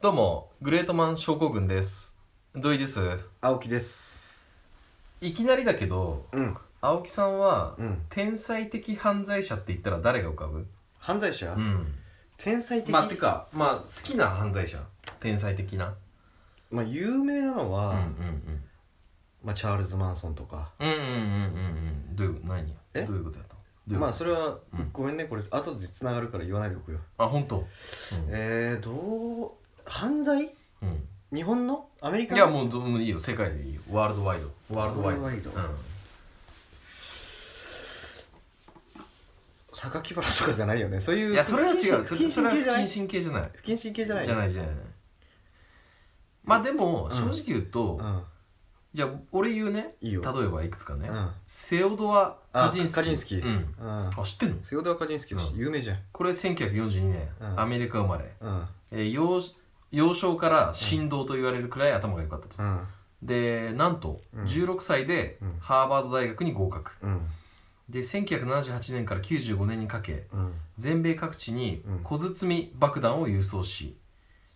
どうも、グレートマン症候群です。土井です。青木ですいきなりだけど、うん青木さんは、うん天才的犯罪者って言ったら誰が浮かぶ犯罪者、ん。天才的、まあ、てか、まあ、好きな犯罪者。天才的な。まあ有名なのは、んまあ、チャールズ・マンソンとかうん。うんうんうんうんうん。どういう、何やえどういうことやったのどういうまあこそれは、うんごめんねこれ後で繋がるから言わないでおくよとあ、本当。えー、どう犯罪うん。うん日本のアメリカいのや、もう、どうもいいよ。世界でいいよ。ワールドワイド。ワールドワイド。ワールドワうん。榊原とかじゃないよねそういういや、それは違う。そ不れ謹それ慎は系じゃ不な謹い慎系じゃない。不謹慎系じゃないじゃないじゃないまあでもうん正直言うと、うんじゃあ俺言うねいいよ例えばいくつかね、うんセオドア・カジンスキーあカジンスキーうん、うんあ知ってんのセオドア・カジンスキーだし、うん有名じゃんこれ1942年、うんアメリカ生まれ、うんえー幼幼少から神童と言われるくらい頭が良かったと、うんでなんとうん16歳でうんハーバード大学に合格うんで1978年から95年にかけうん全米各地にうん小包爆弾を輸送し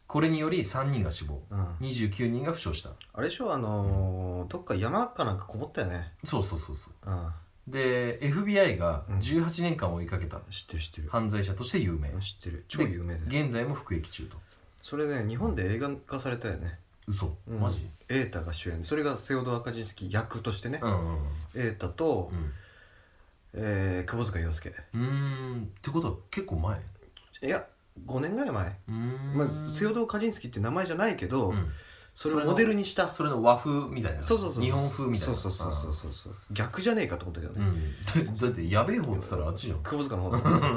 これにより3人が死亡うん29人が負傷したあれでしょあのーどっか山かなんかこもったよねそうそうそうそううんで FBI がうん18年間追いかけた知ってる知ってる犯罪者として有名、知ってる超有名だよ現在も服役中とそれね日本で映画化されたよね嘘、うんマジ瑛太が主演それがセオドア・カジンスキー役としてねうんうん瑛太とう、んえー、窪塚洋介うんうーんってことは結構前ういや5年ぐらい前、ーんまあ、セオドア・カジンスキーって名前じゃないけど、うんそれをモデルにしたそれの和風みたいなそうそうそう日本風みたいなそうそうそうそうそう逆じゃねえかと思ったけどうね、ん、だだってやべえ方っつったらあっちじゃん窪塚の方だ、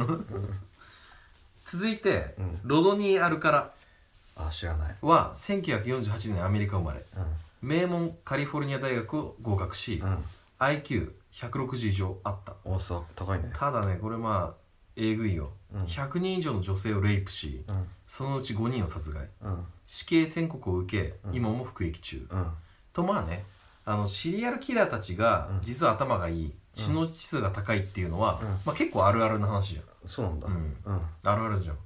続いて、うん、ロドニー・アルカラあ知らないは1948年アメリカ生まれう名門カリフォルニア大学を合格し、ん、うん、 IQ160 以上あったおさ高いねただねこれまあえぐいよ、うん100人以上の女性をレイプしうんそのうち5人を殺害うん死刑宣告を受け、うん今も服役中うんとまあねあのシリアルキラーたちがうん実は頭がいい知能指数が高いっていうのは、うんまあ、結構あるあるな話じそうなんゃだん、うん、うんあるあるじゃん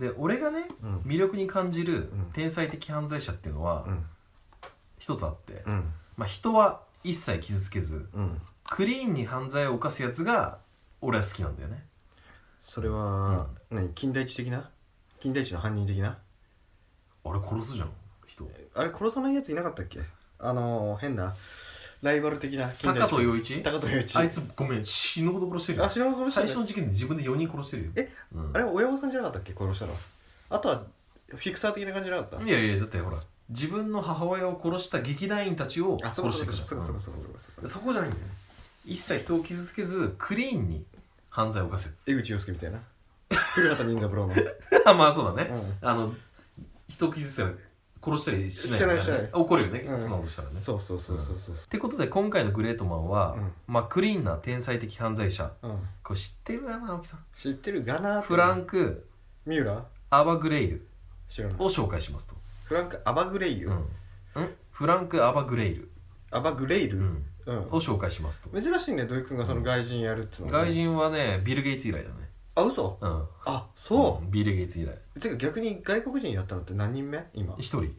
うんで俺がねうん魅力に感じるうん天才的犯罪者っていうのはうん一つあって、うんまあ、人は一切傷つけずうんクリーンに犯罪を犯すやつが俺は好きなんだよねそれは、何近代地的な近代地の犯人的なあれ殺すじゃん人あれ殺さないやついなかったっけあのー、変なライバル的な高地藤洋一高藤陽一あいつごめん死ぬほど殺してるあよ知らなかった最初の事件で自分で4人殺してるよえ、うんあれ親御さんじゃなかったっけ殺したのあとはフィクサー的な感じじゃなかっいやいやだってほら自分の母親を殺した劇団員たちをたあ殺そうかしそてうくかじゃんそうかそうかうんそうかそうかそうかそこじゃないんだよね一切人を傷つけずクリーンに犯罪を犯すやつ江口洋介みたいな古畑任三郎のあ まあそうだね、うあの人を傷つけたら殺したりしないからねしてないしてない怒るよね、うんそんなことしたらねんそうそうそうそうそうってことで今回のグレートマンは、うんまあクリーンな天才的犯罪者うんこれ知ってるかな青木さん知ってるガナーってフランク・三浦アバグレイル知らないを紹介しますと、フランク・アバグレイユ、うん、フランク・アバグレイル、アバグレイル、うん、うんを紹介しますと珍しいね土井くんがその外人やるってのはね外人はねビル・ゲイツ以来だねあ嘘うん、あそうんビル・ゲイツ以来うてか逆に外国人やったのって何人目今一人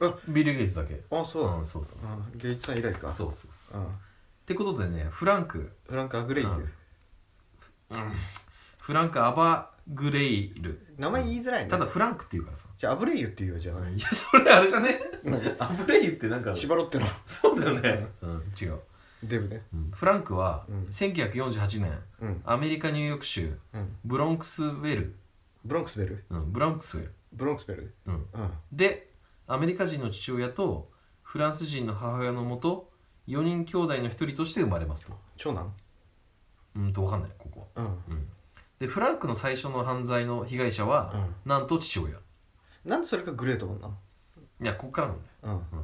あビル・ゲイツだけあそう、ん、そうそううん、ゲイツさん以来かそうそうっうん、てことでねフランクフランク・アグレイユ、うんフランク・アバグレイル名前言いづらいねただフランクって言うからさじゃあアブレイユって言うよじゃあ、いやそれあれじゃねアブレイユってなんか縛ろってのそうだよねうん違うデブねうんフランクはうん1948年うん、アメリカニューヨーク州うん、ブロンクスウェル、ブロンクスベルうん、ブロンクスウェル、ブロンクスベルうん、うんでアメリカ人の父親とフランス人の母親のもと4人兄弟の一人として生まれますと長男うんとわかんないここは、うんうん、でフランクの最初の犯罪の被害者は、なんと父親なんでそれがグレートマンないやここからなんだよ、のうん、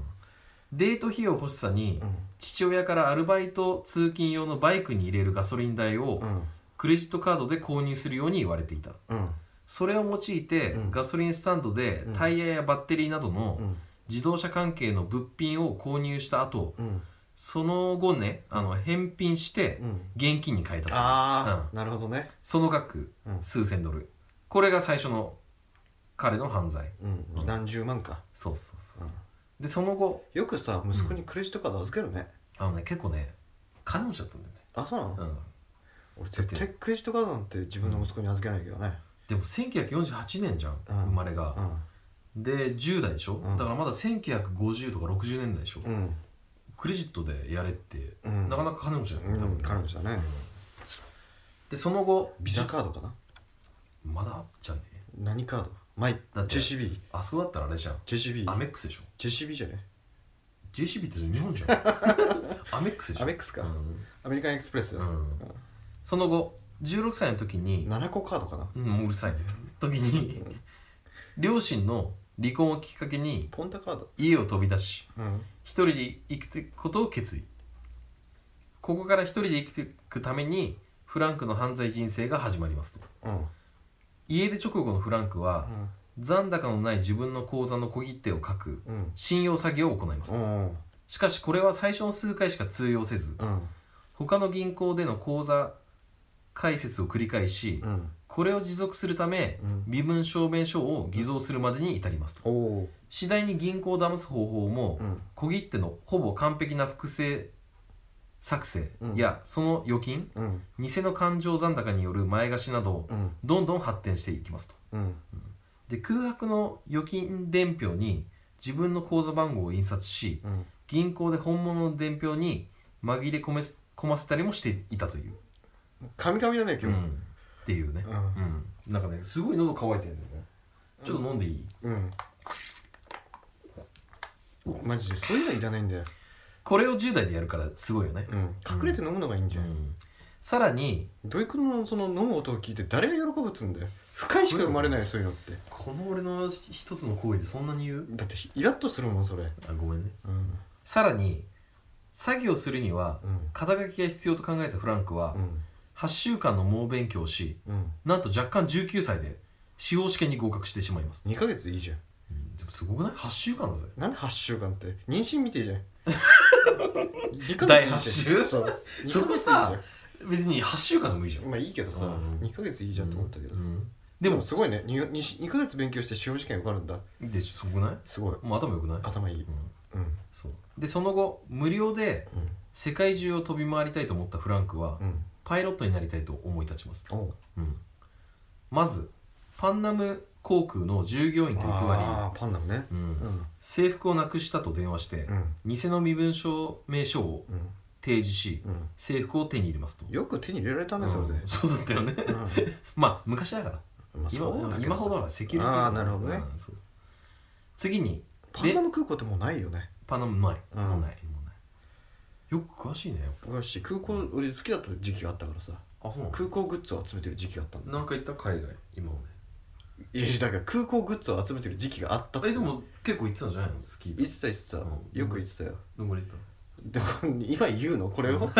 デート費用欲しさに、うん父親からアルバイト通勤用のバイクに入れるガソリン代を、うんクレジットカードで購入するように言われていたうんそれを用いて、うんガソリンスタンドでうんタイヤやバッテリーなどのうん自動車関係の物品を購入した後うんその後ねあの返品してうん現金に変えたとああ、うんなるほどねその額うん数千ドルこれが最初の彼の犯罪うん、何十万か、、そうそうそううんでその後よくさ息子にクレジットカード預けるね、あのね結構ね金持ちだったんだよねあそうなの、うん俺絶対クレジットカードなんて自分の息子に預けないけどねでも1948年じゃん、うん生まれが、で10代でしょ、うんだからまだ1950とか60年代でしょ、うんうん、クレジットでやれって、うん、なかなか金持ちだよね多う分ん、彼女だねでその後ビザカードかなまだあっちゃうね何カードマイだって JCB あそこだったらあれじゃん JCB アメックスでしょ JCB じゃね JCB って日本じゃん アメックスでしょアメックスかうんアメリカンエクスプレス、うんその後16歳の時に7個カードかなうんもううるさいね時 に両親の離婚をきっかけにポンタカード家を飛び出しうん一人で生きていくことを決意ここから一人で生きていくためにフランクの犯罪人生が始まりますとうん家出直後のフランクは残高のない自分の口座の小切手を書くうん信用詐欺を行いますうんうんしかしこれは最初の数回しか通用せずうん他の銀行での口座開設を繰り返しうんこれを持続するためうん身分証明書を偽造するまでに至りますとおお次第に銀行を騙す方法もうん小切手のほぼ完璧な複製作成やその預金うん偽の勘定残高による前貸しなどうんどんどん発展していきますとうんで空白の預金伝票に自分の口座番号を印刷しうん銀行で本物の伝票に紛れ込めす込ませたりもしていたという、神々だねう今日ん、っていうね、んうん、なんかねすごい喉乾いてるんだよねちょっと飲んでいいうんマジでそういうのいらないんだよ、これを10代でやるからすごいよね、うん、隠れて飲むのがいいんじうゃん、ん、さらに土井君のその飲む音を聞いて誰が喜ぶっつうんだよ不快しか生まれないそういうのってこの俺の一つの行為でそんなに言うだってイラッとするもんそれあごめんねうんさらに作業するにはうん肩書きが必要と考えたフランクはうん8週間の猛勉強をしうんなんと若干19歳で司法試験に合格してしまいます、 2ヶ月いいじゃんうんでもすごくない ?8 週間だぜなんで8週間って妊娠みてえじゃん二ヶ月第いいじゃん八週そうそこさ別に8週間でもいいじ二ヶ月いいゃんじゃんまあいいけどさ、うん二2ヶ月いいじゃんと思ったけど、うんででももすごいね 2, 2ヶ月勉強して司法試験受かるんだでしょすごくないすごいもう頭良くない頭いいうんうんそうでその後無料でうん世界中を飛び回りたいと思ったフランクはうんパイロットになりたいと思い立ちますおううんまずパンナム航空の従業員と偽り、ああパンダもねう、うんん制服をなくしたと電話してう、ん偽の身分証明書をうん提示しうん制服を手に入れますとよく手に入れられたねそれで、うんそうだったよねまあ昔だからうんまあ今そうだけど今さほどはセキュリティあーなるほどねうんそうそう次にパンダム空港ってもうないよねパナマない、うんもうないもうないよく詳しいね昔空港俺好きだった時期があったからさあそう空港グッズを集めてる時期があったんだなんか行った海外今はねいやだから空港グッズを集めてる時期があったっつっえてでも結構行ってたんじゃないの好き言ってた言ってた、うんよく言ってたよどこに行ったのでも今言うのこれ を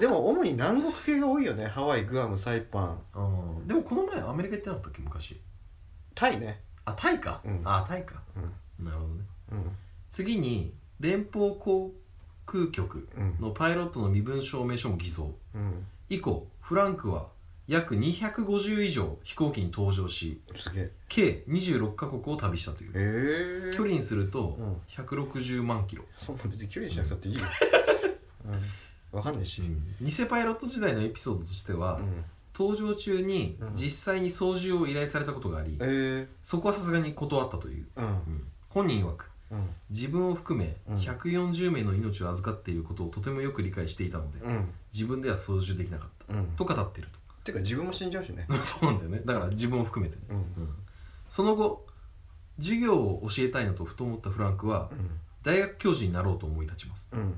でも主に南国系が多いよねハワイグアムサイパンあーでもこの前アメリカ行ってなかったっけ昔タイねあタイか、うんあタイかうんなるほどねうん次に連邦航空局うんのパイロットの身分証明書も偽造うん以降フランクは約250以上飛行機に搭乗しすげえ計26カ国を旅したというえ距離にするとうん160万キロ、そんな別に距離しなくたっていいよ、うん、わかんないし偽パイロット時代のエピソードとしては、うん搭乗中にうん実際に操縦を依頼されたことがあり、えー、そこはさすがに断ったという、うん本人曰くうん自分を含めうん140名の命を預かっていることをとてもよく理解していたのでうん自分では操縦できなかったうんと 語っているてか自分も死んじゃうしねとそうなんだよねだから自分を含めてね、うんうんその後授業を教えたいのとふと思ったフランクはうん大学教授になろうと思い立ちますうん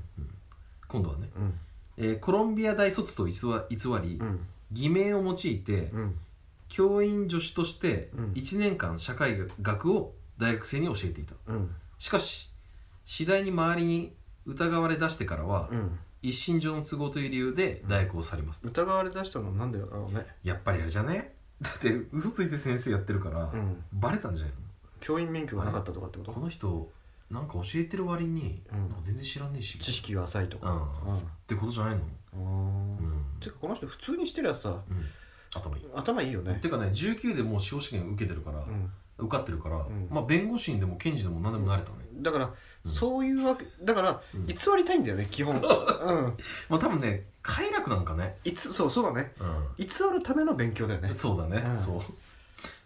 今度はね、うんえーコロンビア大卒と偽わ偽りうん偽名を用いてうん教員助手としてうん1年間社会学を大学生に教えていたうんしかし次第に周りに疑われ出してからは、うん一身上の都合という理由で代行されます、疑われ出したのなんでだろうねやっぱりあれじゃねだって嘘ついて先生やってるから、うんバレたんじゃない教員免許がなかったとかってこのことの人なんか教えてる割に、うんなんか全然知らねえし知識が浅いとうん、かっんてことじゃないの、うんてかこの人普通にしてりゃさうん頭いい、頭いいよねてかね19でもう司法試験受けてるから、うん受かってるから、んまあ弁護士にでも検事でも何でもなれたね、だから、うんそういうわけだから、うん偽りたいんだよね基本うんまあ多分ね快楽なんかね、いつそうそうだねう偽るための勉強だよねん、そうだね、うんそう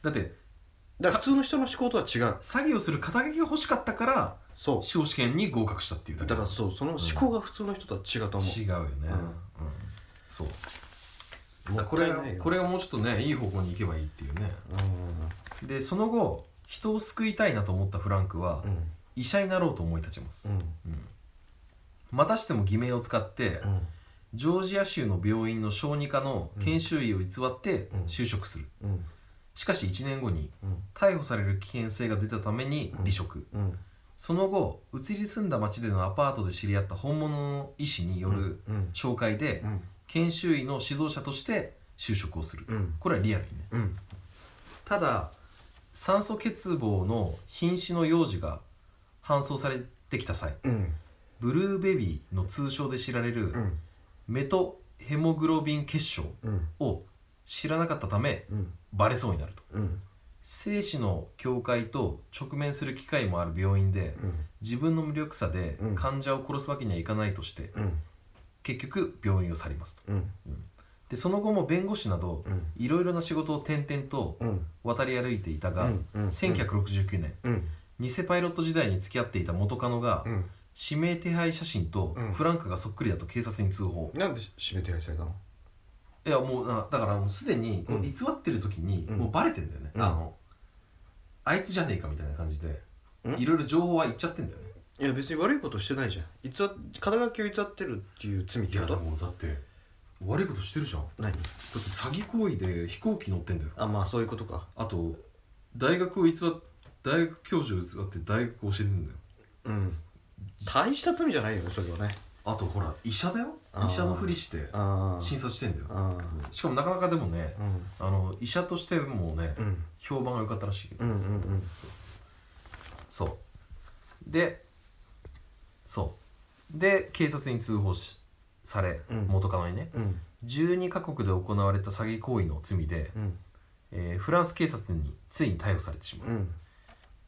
だってだから普通の人の思考とは違う作業する肩書きが欲しかったからそ司法試験に合格したっていううだけだからそうその思考が普通の人とは違うと思違うよね、うんうんそうう、だからこれがこれれがもうちょっとねいい方向に行けばいいっていうねうでその後人を救いたいなと思ったフランクは、んうん医者になろうと思い立ちます、うんうんまたしても偽名を使って、うんジョージア州の病院の小児科の研修医を偽ってうん就職する、うんしかし1年後にうん逮捕される危険性が出たために離職、うんその後移り住んだ町でのアパートで知り合った本物の医師によるうん紹介でうん研修医の指導者として就職をする、うんこれはリアルにねうんただ酸素欠乏の瀕死の幼児が搬送されてきた際うんブルーベビーの通称で知られるうんメトヘモグロビン結晶うんを知らなかったためうんバレそうになるとうん生死の境界と直面する機会もある病院でうん自分の無力さでうん患者を殺すわけにはいかないとしてうん結局病院を去りますとうんでその後も弁護士などうんいろいろな仕事を転々とうん渡り歩いていたが、うん1969年うん偽パイロット時代に付き合っていた元カノがうん指名手配写真とうんフランクがそっくりだと警察に通報、なんで指名手配されたのいやもうなだからもうすでにこううん偽ってる時にうんもうバレてんだよね、うんあのあいつじゃねえかみたいな感じでうんいろいろ情報は言っちゃってんだよねいや別に悪いことしてないじゃん偽っ肩書きを偽ってるっていう罪ってこともうだって悪いことしてるじゃんだっ何て詐欺行為で飛行機乗ってんだよあまあそういうことかあと大学を偽っ大学教授を偽って大学を教えてんだようん大した罪じゃないよねそれはねあとほら医者だよあー医者のふりしてあ診察してんだよあうんしかもなかなかでもねうんあの医者としてもね、うん評判が良かったらしいけどうんうんそうそうそうでそうで警察に通報しされ、うん元カノにねうんうん12カ国で行われた詐欺行為の罪で、うんえーフランス警察についに逮捕されてしまう、うん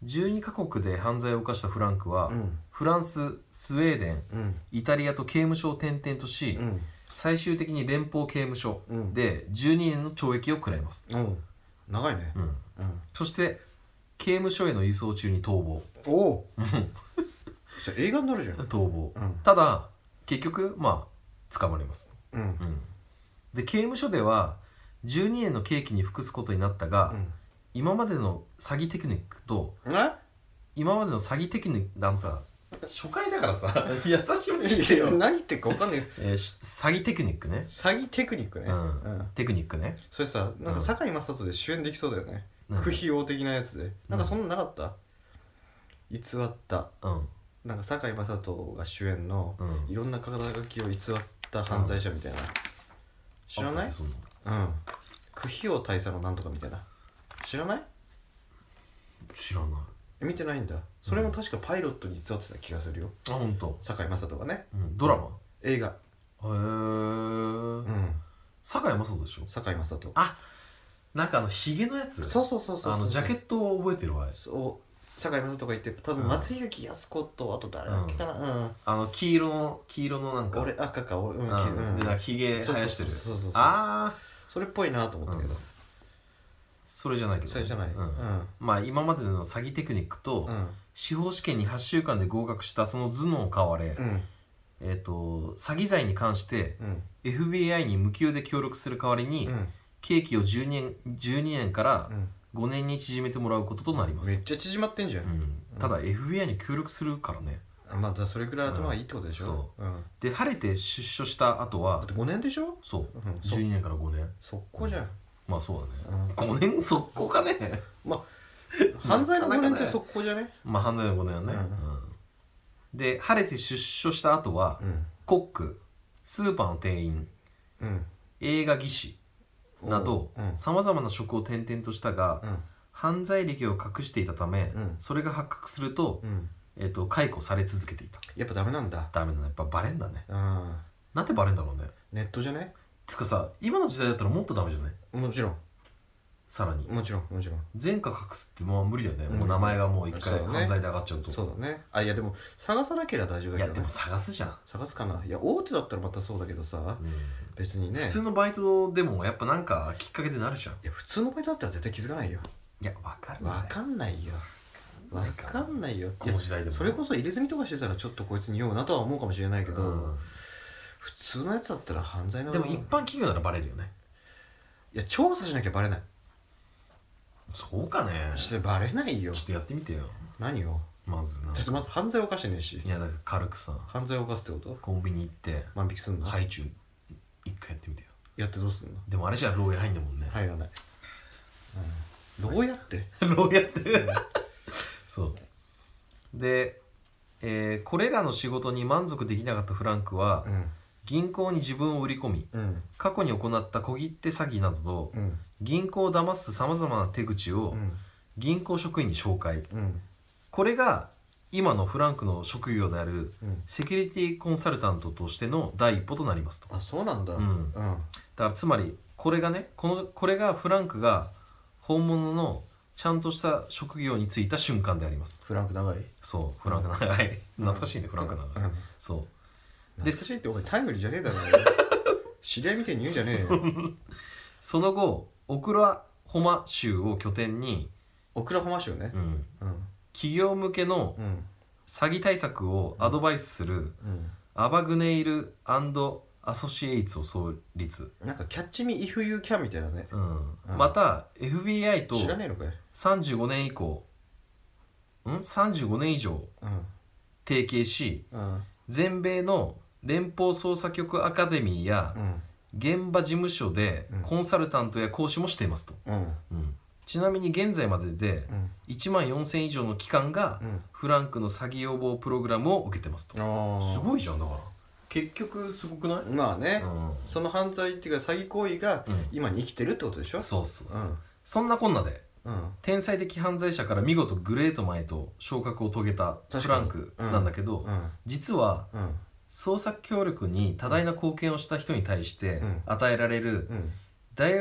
12カ国で犯罪を犯したフランクは、うんフランススウェーデンうんイタリアと刑務所を転々とし、うん最終的に連邦刑務所うんで12年の懲役を食らいます、うん長いねうんうんそして刑務所への輸送中に逃亡おおそれ映画になるじゃん逃亡、うんただ結局まあ捕まります、うんで刑務所では12年の刑期に服すことになったが、うん今までの詐欺テクニックとえ今までの詐欺テクニックあのさ初回だから さ優しめにいや何言ってるか分かんないえーし詐欺テクニックね詐欺テクニックねうんうんテクニックねそれさなんか堺雅人で主演できそうだよねなんか不費用的なやつでなんかそんななかった偽ったうんなんか堺雅人が主演のうんいろんな肩書きを偽った犯罪者みたいな知らないあそんのうん苦費用大佐のなんとかみたいな知らない知らない見てないんだそれも確かパイロットに偽ってた気がするよあ本当。堺雅人がねうん、ドラマ映画へえ、うん堺雅人でしょ堺雅人あなんかあのヒゲのやつそうそうそうそうあのジャケッットを覚えてるわト堺雅人が言って多う分ん松雪泰子とあと誰だっけかなあの黄色の黄色のなんうんか俺赤か俺うんうんうんでなんかひげ生そうそうやしてそるうそうそうそうああそれっぽいなと思ったけどうそれじゃないけどそれじゃないうんうんまあ今までの詐欺テクニックと、うん司法試験に8週間で合格したその頭脳を買われ、うんえっ、と詐欺罪に関してうん FBI に無給で協力する代わりに、うん刑期を12年 ,12 年からうん5年に縮めてもらうこととなります、めっちゃ縮まってんじゃん、うんただ FBI に協力するからねあまあだからそれくらい頭がいいってことでしょ、うんで晴れて出所した後だはって5年でしょ、そううん、そ12年から5年速攻じゃん、まあそうだねうん5年速攻か ね犯罪のな5かなかね年って速攻じゃねまあ犯罪の5年はね、うんうんで晴れて出所した後は、うんコックスーパーの店員うん映画技師などうんさまざまな職を転々としたが、うん犯罪歴を隠していたため、うんそれが発覚すると,、うんえっと解雇され続けていたやっぱダメなんだダメだねやっぱバレんだねうんなんでバレんだろうねネットじゃねつかさ今の時代だったらもっとダメじゃないもちろんさらにもちろんもちろん前科隠すってまあ無理だよね、うんもう名前がもう一そ回うだね犯罪で上がっちゃうとそうだねあいやでも探さなければ大丈夫いだやけでどねも探すじゃん、探すかないや大手だったらまたそうだけどさ別にね普通のバイトでもやっぱなんかきっかけでなるじゃんいや普通のバイトだったら絶対気づかないよいやわかるわかんないよわかんないよこの時代でもそれこそ入れ墨とかしてたらちょっとこいつに酔うなとは思うかもしれないけど、う普通のやつだったら犯罪んのでも一般企業ならバレるよねいや調査しなきゃバレないそうかねしちょてバレないよっとやってみてよ何をまずなちょっとまず犯罪を犯してねえしいやだから軽くさ犯罪を犯すってことコンビニ行って万引きすんの、ハイチュウ一回やってみてよやってどうすんのでもあれじゃ牢屋入んだもんね、入らない、うん、牢屋って、牢屋ってそうで、えーこれらの仕事に満足できなかったフランクは、うん銀行に自分を売り込みうん過去に行った小切手詐欺などとうん銀行を騙すさまざまな手口をうん銀行職員に紹介うんこれが今のフランクの職業であるうんセキュリティコンサルタントとしての第一歩となりますとあそうなんだうんうんだからつまりこれがねこのこれがフランクが本物のちゃんとした職業に就いた瞬間でありますフランク長いそうフランク長い懐かしいねフランク長うんいそ懐かしいってお前タイムリーじゃねえだ ろ知り合いみたいに言うんじゃねえようその後オクラホマ州を拠点に、オクラホマ州ねうん、うん企業向けのうん詐欺対策をアドバイスするうアバグネイルアソシエイツを創立、んなんかキャッチミーイフユーキャンみたいなねうんうんまた FBI と知らねえのかい35年以降ん35年以上うん提携しうん全米の連邦捜査局アカデミーやうん現場事務所でうんコンサルタントや講師もしていますと、うんうんちなみに現在まででうん1万4000以上の機関がうんフランクの詐欺予防プログラムを受けてますとああすごいじゃんだから結局すごくない、まあねうんその犯罪っていうか詐欺行為がうん今に生きてるってことでしょそうそうそう、うんそんなこんなでうん天才的犯罪者から見事グレートマへと昇格を遂げた確かにフランクなんだけど、うん実はうん捜査協力に多大な貢献をした人に対してうん与えられるうん大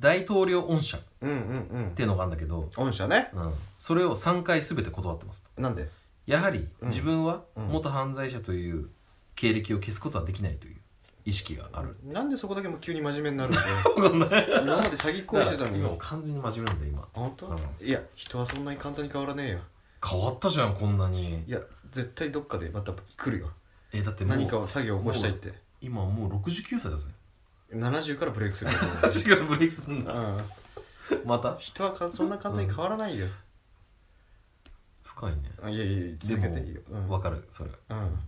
大統領恩赦っうんうんていうのがあるんだけど、うん御社ねうん、それを3回全て断ってますなんでやはりうん自分はうん元犯罪者という経歴を消すことはできないという意識がある、なんでそこだけもう急に真面目になるんだよ わかんない今まで詐欺行為してたのに今もう完全に真面目なんだよ今本う当んいや人はそんなに簡単に変わらねえよ変わったじゃんこんなにいや絶対どっかでまた来るよえだってもう何かを作業を起こしたいって今もう69歳だぜ70からブレイクすると思う確かにブレイクすんだうんまた人はかそんな簡単に変わらないよ、深いねあいやいやいやで続けもていいよ、うん、わかるそれうん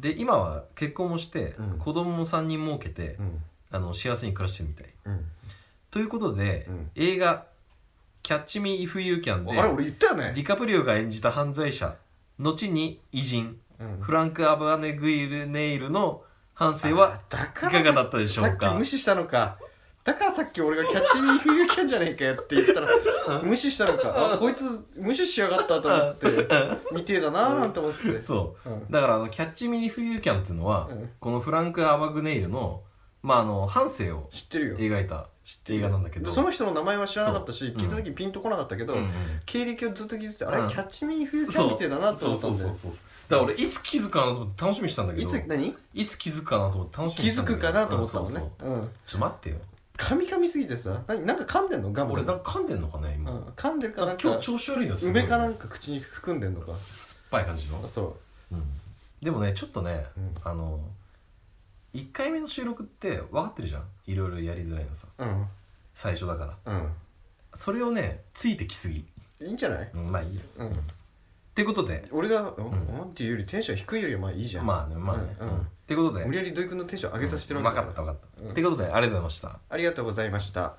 で今は結婚もして、うん子供も3人設けて、うんあの幸せに暮らしてるみたいうんということで、うん映画「キャッチ・ミー・イフ・ユー・キャン」であれ俺言ったよディね、カプリオが演じた犯罪者後に偉人うんフランク・アバネグイル・ネイルの反省あはだいかからがさだったでしょさうっきか無視したのかだからさっき俺がキャッチミーフユーキャンじゃねえかよって言ったら無視したのかあこいつ無視しやがったと思って似てえだなーなんて思っててそううんだからあの「キャッチ・ミー・イフ・ユー・キャン」っていうのは、うんこのフランク・アバグネイルの,、まあ、あの反省を知ってるよ描いた映画なんだけどその人の名前は知らなかったしそう聞いた時にピンとこなかったけど、うんうん経歴をずっと聞いててあれ、うんキャッチミーフューキャンみてえだなって思ったんだそうよそうそうそうだから俺いつ気づくかなと思って楽しみにしたんだけいどつ何いつ気づくかなと思って楽しみ気にしづたんだくけどかなと思ったのねうんそうそううんちょっと待ってよ噛み噛みすぎてさ何なんか噛んでんのガム俺なんか噛んでんのかなう今、ん、噛んでるかなんあか今日調子悪いのすごい梅かなんか口に含んでんのか酸っぱい感じの、そうん、でもねちょっとね、うんあの1回目の収録って分かってるじゃんいろいろやりづらいのさううん最初だからうんそれをねついてきすぎ、いいんじゃないうん、まあいいやうんってことで俺が「うんんうん」っていうよりテンション低いよりはまあいいじゃんまあねまあね、うんうんってことで無理やり土井君のテンション上げさせてるうわんわけかだったら分かった、うんってことでありがとうございましたありがとうございました